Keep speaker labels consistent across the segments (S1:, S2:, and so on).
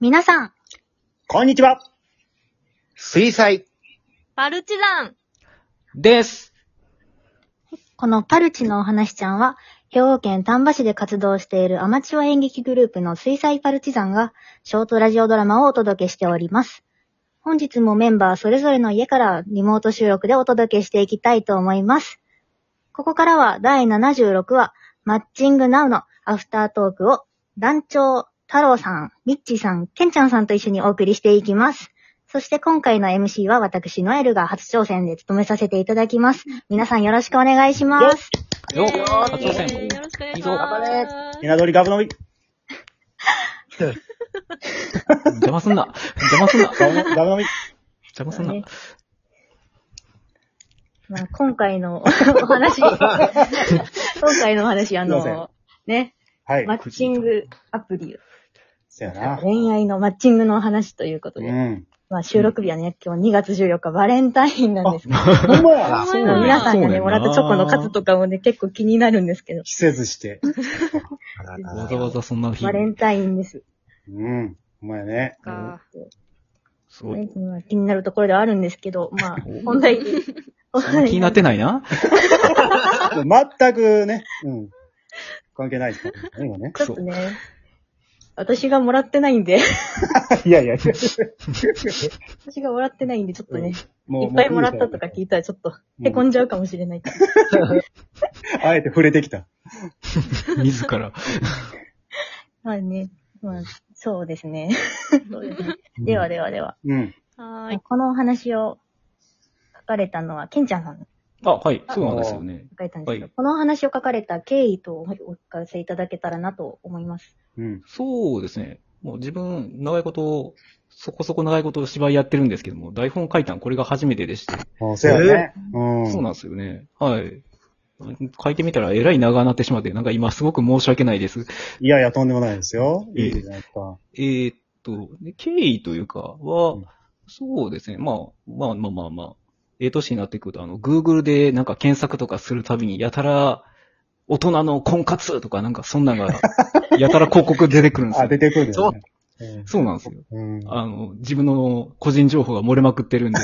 S1: 皆さん、
S2: こんにちは。
S3: 水彩
S4: パルチザン。
S3: です。
S1: このパルチのお話ちゃんは、兵庫県丹波市で活動しているアマチュア演劇グループの水彩パルチザンが、ショートラジオドラマをお届けしております。本日もメンバーそれぞれの家からリモート収録でお届けしていきたいと思います。ここからは第76話、マッチングナウのアフタートークを、団長、太郎さん、ミッチーさん、ケンちゃんさんと一緒にお送りしていきます。そして今回の MC は私、ノエルが初挑戦で務めさせていただきます。皆さんよろしくお願いします。
S3: よ
S4: イエーイ
S3: 初挑
S4: よ
S3: 戦。
S4: ろしくお願
S3: い
S4: い
S3: い
S4: し
S3: ぞ
S4: ま
S2: 頑
S4: す。
S2: 稲取ガブのみ、
S3: 邪魔すんな。邪魔すんな。
S2: ガ
S3: 邪
S2: ブガブのみ。
S3: 魔すん
S1: ね
S3: な。
S1: まあ、今回の お 話、今回のお話、あ
S2: すいま
S1: の、ね、
S2: はい
S1: マ。ッチングアプリ、
S2: そやな。
S1: 恋愛のマッチングのお話ということ
S2: う
S1: で、
S2: ん。
S1: まあ、収録日はね、今日2月14日バレンタインなんですけど、
S2: ほんまやな。
S4: ほんまや
S1: 皆さんが
S3: そうや
S1: ね、
S3: な
S1: もらったチョコの数とかもね、結構気になるんですけど、
S2: 季節して。
S3: わざわざそんな日
S1: バ。レンタインです。
S2: うん。ほんまやね。
S4: か
S3: すごい。
S1: まあ気になるところではあるんですけど、まあ、本題に。
S3: そんな気になってない な。
S2: 全くね、うん。関係ないですからね、今ね。
S1: ちょっとね、私がもらってないんで、
S2: いやいや、
S1: 私がもらってないんで、ちょっとね、
S2: も
S1: いっぱいもらったとか
S2: い
S1: 聞いたらちょっと、へこんじゃうかもしれないから。
S2: て。あえて触れてきた。
S3: 自ら。
S1: まあね、まあ、そうですね。そうですねではではでは。
S2: うん。
S4: はーい。
S1: このお話を書かれたのは、ケンちゃんさんが
S3: あ、はい。そうなんですよね。
S1: 書いたんですけど、
S3: はい
S1: このお話を書かれた経緯とお聞かせいただけたらなと思います。
S2: うん。
S3: そうですね。もう自分、長いこと、そこそこ長いこと芝居やってるんですけども、台本書いたのこれが初めてでして。
S2: あそやね。うん。
S3: そうなんですよね。はい。書いてみたらえらい長なってしまって、なんか今すごく申し訳ないです。
S2: いやいや、とんでもないですよ。い
S3: ええ
S2: いじゃないですか。
S3: えーっと、で経緯というかは、
S2: うん
S3: そうですね。まあ、まあまあまあまあ、ええ年になってくると、あの、Google でなんか検索とかするたびに、やたら、大人の婚活とかなんかそ んなんが、やたら広告出てくるんです
S2: あ、
S3: よ
S2: 出。てくるんだよね。
S3: そうなんですよ。
S2: うん。うん
S3: あの、自分の個人情報が漏れまくってるんで、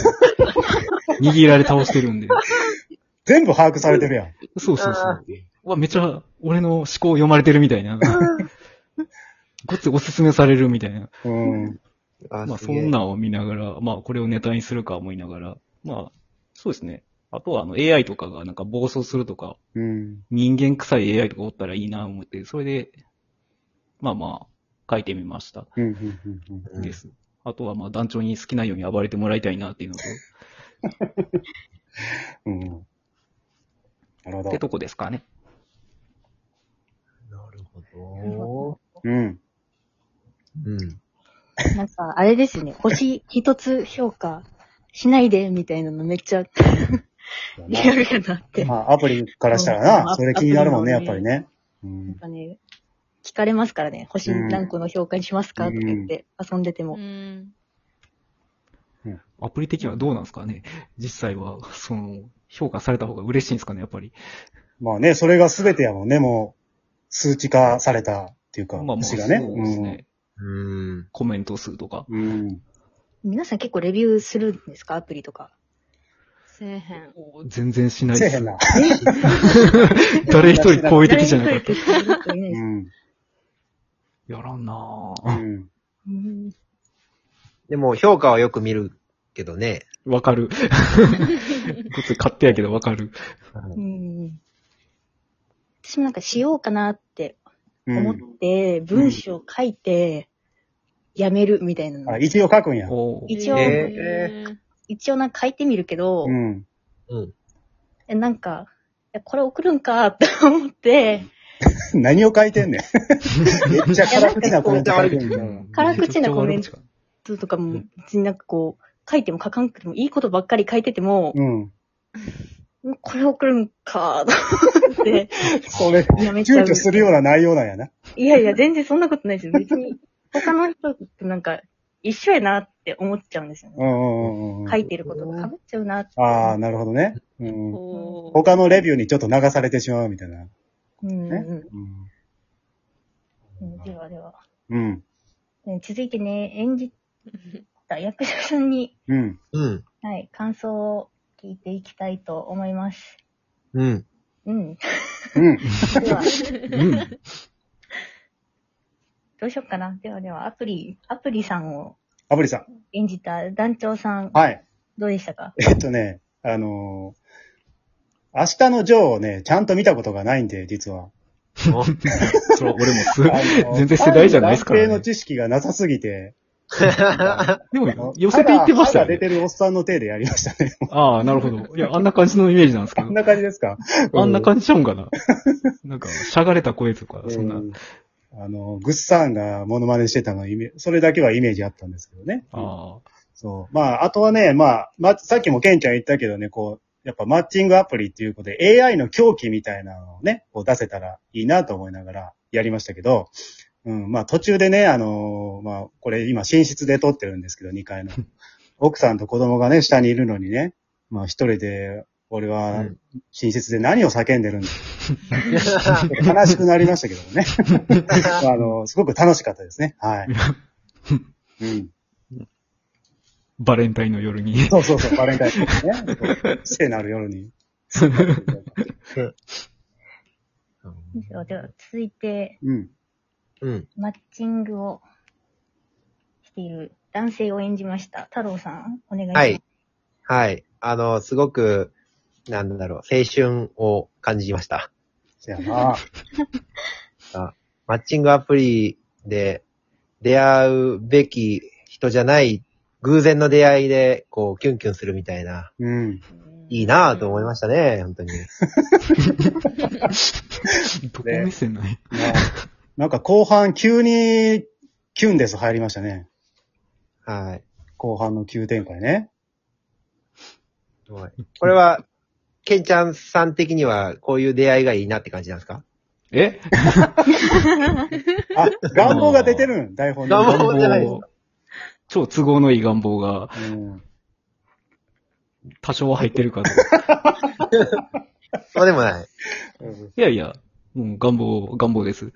S3: 握られ倒してるんで。
S2: 全部把握されてるやん。
S3: そうそうそう。うわ、めっちゃ、俺の思考を読まれてるみた いな。ごっつおすすめされるみたいな。
S2: うん。
S3: まあ、
S5: あ
S3: そ
S5: そ
S3: ん
S5: んな。
S3: なんを見ながら、まあ、これをネタにするか思いながら、まあ、そうですね。あとは、あの、AI とかがなんか暴走するとか、
S2: うん。
S3: 人間臭い AI とかおったらいいな思って、それで、まあまあ、書いてみました。
S2: うん。うんうんうん。
S5: うん
S3: です。あとは、まあ、団長に好きなように暴れてもらいたいなっていうのと、っ
S2: うん。なるほ
S3: て
S2: ど。
S3: とこですかね。
S5: なるほ
S2: うん。
S5: ど。うん。
S1: なんか、あれですね、星一つ評価しないで、みたいなのめっちゃ リアルやなって。
S2: まあ、アプリからしたらな、それ気になるもんね、やっぱりね。う
S1: なん
S2: ん。
S1: かね、聞かれますからね、星何個の評価にしますか、とか言って遊んでても
S4: う。ん。
S3: アプリ的にはどうなんですかね実際は、その、評価された方が嬉しいんですかねやっぱり。
S2: まあね、それが全てやもんね、もう、数値化されたっていうか、
S3: まあまあ、そ
S2: 星
S3: うで
S2: が
S3: す
S2: ね。
S3: ね。
S5: うん。
S3: コメント数とか。
S2: うん。うん。
S1: 皆さん結構レビューするんですかアプリとか。
S4: せえへん。
S3: 全然しない
S2: せえ
S3: で
S2: へん
S3: す。
S2: な。
S3: 誰一人好意的じゃなかった。
S2: う
S1: た。
S2: ん。
S3: やらんな
S2: う
S3: ぁ。
S2: ん。
S1: うん
S5: でも、評価はよく見るけどね。
S3: わかる。こっち勝手やけどわかる。
S1: うん私もなんかしようかなって
S2: う
S1: 思っ
S2: ん。
S1: て、文章書いて、やめるみたいなの
S2: あ、。一応書くんや。
S3: おー
S1: 一応
S4: えー
S1: 一応なんか書いてみるけど
S2: う、ん。
S5: うん。
S1: えなんか、えこれ送るんかって思って、
S2: 何を書いてんねん。めっちゃ辛口なコメント書いてんねん。
S1: 辛口なコメント
S3: めちゃくちゃ悪口か
S1: とかも別になんかこう、書いても書かんくてもいいことばっかり書いてても、
S2: うん。
S1: これ送るんかと思 って、
S2: それ、
S1: やめちゃ
S2: 躊
S1: う
S2: 躇。するような内容なんやな。
S1: いやいや、全然そんなことないですよ。別に、他の人となんか、一緒やなって思っちゃうんですよね。
S2: うんうんうんうん。
S1: 書いてることが被っちゃうなって。
S2: ああ、なるほどね。うん。
S4: おー。
S2: 他のレビューにちょっと流されてしまうみたいな。
S1: うんうん
S2: うん。
S1: うん。ではでは。
S2: うん。
S1: ね続いてね、演じた役者さんに、
S2: うん。
S5: うん。
S1: はい、感想を聞いていきたいと思います。
S5: うん。
S1: うん。
S2: うん。
S1: では、
S3: うん。
S1: どうしよっかな。ではでは、アプリ、アプリさんを
S2: あぶりさん。
S1: 演じた団長さん、
S2: はい。
S1: どうでしたか
S2: えっとね、あのー明日のジョーをね、ちゃんと見たことがないんで、実は。
S3: そう、俺もす、
S2: あの
S3: 全然世代じゃないですからね
S2: 男性の知識がなさすぎて。
S3: で
S2: あの
S3: も、 寄せていってました
S2: 歯が
S3: よ
S2: 出
S3: ね。
S2: てるおっさんの手でやりました ね。
S3: ああ、なるほど。いや、あんな感じのイメージなんですけ
S2: あ
S3: ど
S2: ん。な感じですか
S3: あんな感じちゃうん かな。なんか、しゃがれた声とか、そんな
S2: う。あの、グッサンがモノマネしてたのイメそれだけはイメージあったんですけどね。
S3: あ
S2: そう。まあ、あとはね、まあ、ま、さっきもケンちゃん言ったけどね、こう、やっぱマッチングアプリっていうことで AI の狂気みたいなのをね、こう出せたらいいなと思いながらやりましたけど、うん、まあ途中でね、あのーまあこれ今寝室で撮ってるんですけど、2階の。 奥さんと子供がね、下にいるのにね、まあ一人で、俺
S5: う
S2: は
S5: ん
S2: 寝室で何を叫んでるんだ、悲しくなりましたけども ね。まああの、すごく楽しかったですね。はい。うん。
S3: バレンタインの夜に。
S2: そうそうそう、バレンタインデーね。そう聖なる夜に。
S1: ではでは、続いて、
S2: うん。
S5: うん。
S1: マッチングをしている男性を演じました。太郎さん、お願いします。
S5: はい。はい。あの、すごく、なんだろう、青春を感じました。
S2: せやな。
S5: マッチングアプリで出会うべき人じゃない、偶然の出会いで、こう、キュンキュンするみたいな、
S2: うん。
S5: いいなぁと思いましたね、本当に。
S3: どこ目線ない。
S2: まあなんか後半急にキュンです入りましたね。
S5: はい。
S2: 後半の急展開ね。
S5: すごいこれは、ケンちゃんさん的には、こういう出会いがいいなって感じなんですか
S3: え
S2: あ、願望が出てるん、台本に。
S5: 願望じゃないです
S3: 願望超都合のいい願望が
S2: うん。
S3: 多少は入ってるかと。
S5: そうでもない。
S3: いやいや、うん、願望、願望です。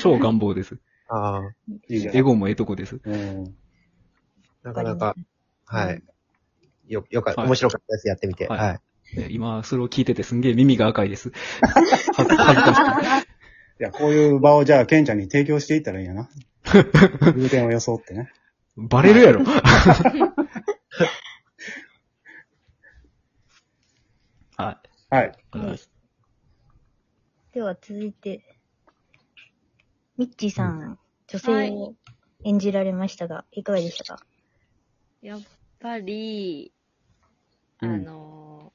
S3: 超願望です。
S5: ああ、
S2: いいじゃん
S3: エゴもええとこです。
S2: うん。
S5: なかなか、はい。よ、よかった。
S3: はい
S5: 面白かったです。やってみて。
S3: はい
S5: はい。
S3: え今、それを聞いててすんげえ耳が赤いです。恥ず恥ずかしい。
S2: いや、こういう場をじゃあ、ケンちゃんに提供していったらいいんやな。偶然を装ってね。
S3: バレるやろ。は
S2: はい。
S3: い。
S1: では続いて、ミッチーさん、女性を演じられましたが、い、かがでしたか
S4: やっぱり、あ
S2: うん
S4: の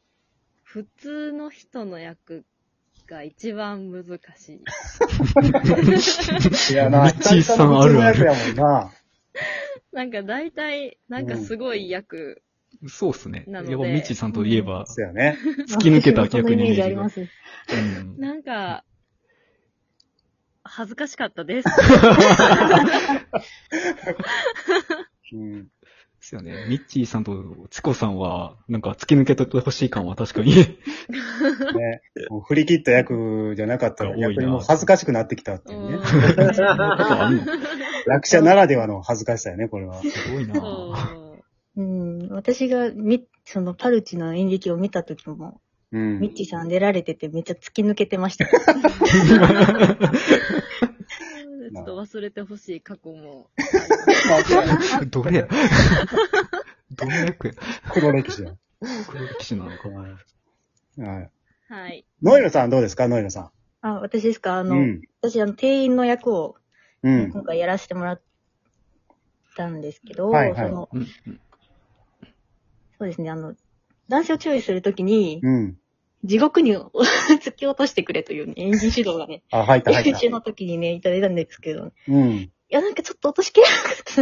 S4: ー、普通の人の役が一番難しい。
S2: いやな、
S3: ミッチーさんあるある
S2: 久々の普通のやつやもんな。
S4: なんか大体、なんかすごい役。
S3: そうっすね。や
S4: な
S3: っ
S4: の
S3: ぱ
S4: で
S3: ミッチーさんといえば、
S2: そうやね。
S3: 突き抜けた
S1: 私もその
S3: 逆
S1: イ
S3: に
S1: メー
S3: イメ
S1: ジ
S3: ー
S1: あ
S3: ジ
S1: り
S3: が
S1: ま。す。
S3: うん
S4: なんか、恥ずかしかったです。
S2: うん。
S3: ですよね。ミッチーさんとチコさんは、なんか突き抜けてほしい感は確かに。
S2: ね。もう振り切った役じゃなかったら、
S3: 多いな
S2: 逆にもう恥ずかしくなってきたっていううね
S4: ん。
S3: あんの
S2: 役者ならではの恥ずかしさやね、これは。
S3: すごいな ぁ
S4: そう。
S1: うん、私がみ、そのパルチの演劇を見た時も、
S2: うん。
S1: ミッチーさん出られててめっちゃ突き抜けてま した。
S4: ちょっと忘れてほしい過去も。
S3: どれやどの役や
S2: 黒歴史だ。
S3: 黒歴史なのか。
S2: はい。
S4: はい。
S2: ノイロさんどうですか、ノイロさ
S1: あ、私ですかあ
S2: ん。
S1: の、
S2: うん。
S1: 私あの、店員の役を
S2: うん。
S1: 今回やらせてもらったんですけど、
S2: はいはい
S1: その、
S3: うんうん
S1: そうですね、あの、男性を注意するときに、
S2: うん。
S1: 地獄に突き落としてくれという、ね、 演技指導がね、
S2: あ、入った入
S1: 練
S2: っ
S1: 習
S2: た。
S1: の時にね、いただいたんですけど、い
S2: うん。
S1: や、なんかちょっと落としきれ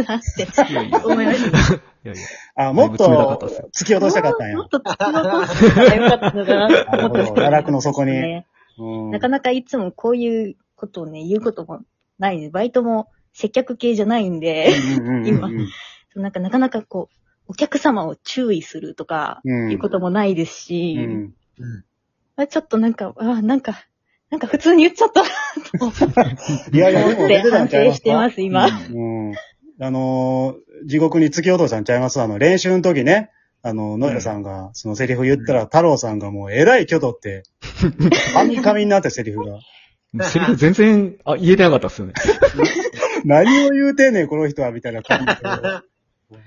S1: なかったな って
S3: いやいや。
S1: 思いました。
S3: いやいや。
S2: あ、もっと
S3: だいぶ冷たかったっすよ
S2: 突き落としたかったんや
S1: も。っと突き落としたらよかったのか なって思ったんですけ
S2: なるほど
S1: ど。
S2: 堕落の底に
S1: ね
S2: うん
S1: なかなかいつもこういうことをね、言うこともないんで、バイトも接客系じゃないん で、
S2: うんうんうんうん
S1: なんかなかなかこう、お客様を注意するとか、
S2: うん
S1: いうこともないですし、
S2: うん
S1: まあちょっとなんか、あなんか、なんか普通に言っちゃった。
S2: いやいや、でも出てたん
S1: 反
S2: ちゃい
S1: 省
S2: ま
S1: し
S2: す
S1: て
S2: か
S1: ます、今。
S2: うん。あのー地獄に突き落としたんちゃいますあの、練習の時ね、あの、野谷さんが、そのセリフ言ったら、太郎さんがもう、えらい挙動って、カミカミになってセリフが。
S3: セリフ全然、あ、言えてなかったっすよね。
S2: 何を言うてんねん、この人は、みたいな感じで。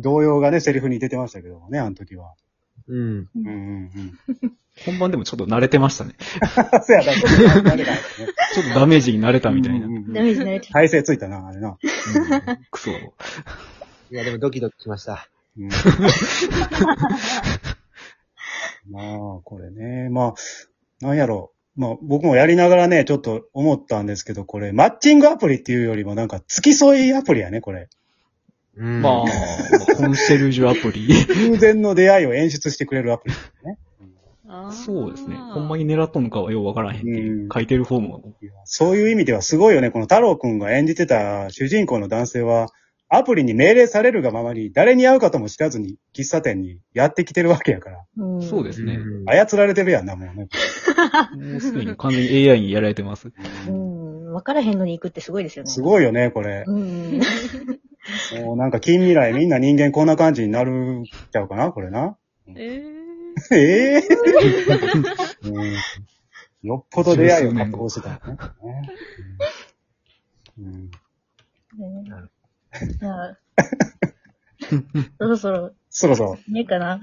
S2: 動揺がね、セリフに出てましたけどもね、あの時は。
S5: うん。
S2: うんうん
S3: 本番でもちょっと慣れてましたね。
S2: うん。 そやだ、誰かね。
S3: ちょっとダメージに慣れたみたいな。
S2: うんうんうん
S1: ダメージ慣れちゃっ
S2: 体勢ついたな、あれな。
S3: うんクソ。
S5: いや、でもドキドキしました。
S2: うんまあ、これね。まあ、なんやろう。まあ、僕もやりながらね、ちょっと思ったんですけど、これ、マッチングアプリっていうよりも、なんか、付き添いアプリやね、これ。
S5: うん
S3: まあ、まあコンシェルジュアプリ。
S2: 偶然の出会いを演出してくれるアプリ。。
S4: あー
S3: そうですね。ほんまに狙ったのかはようわからへんっていううん書いてる方も。
S2: そういう意味ではすごいよね。この太郎くんが演じてた主人公の男性は、アプリに命令されるがままに、誰に会うかとも知らずに、喫茶店にやってきてるわけやから、
S1: た。うん
S3: そうですね。
S2: 操られてるやんな、もうね。
S3: もうすでに完全に AI にやられてます。
S1: うん。わからへんのに行くってすごいですよね。
S2: す
S1: い。
S2: ごいよね、これ。
S1: うん。
S2: もうなんか近未来みんな人間こんな感じになるちゃうかなこれな。
S4: え
S2: ええ うんよっぽど出会いを確保してたのね。うん
S1: ね じゃあ、そろそろ、
S2: そろそろ。
S1: ねえか な。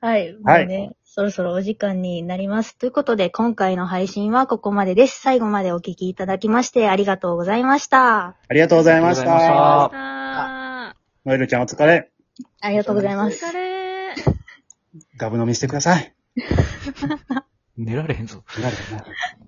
S1: はい。もう
S2: はい
S1: ね、そろそろお時間になります。ということで、今回の配信はここまでです。最後までお聞きいただきまして、ありがとうございました。
S2: ありがとうございまし。
S3: ありがとうございました
S4: ー。あ
S2: ノエルちゃんお疲れ。
S1: ありがとうござい
S4: ー。お
S1: ます。
S4: 疲れー。
S2: ガブ飲みしてください。
S3: 寝られへんぞ。
S2: なるかな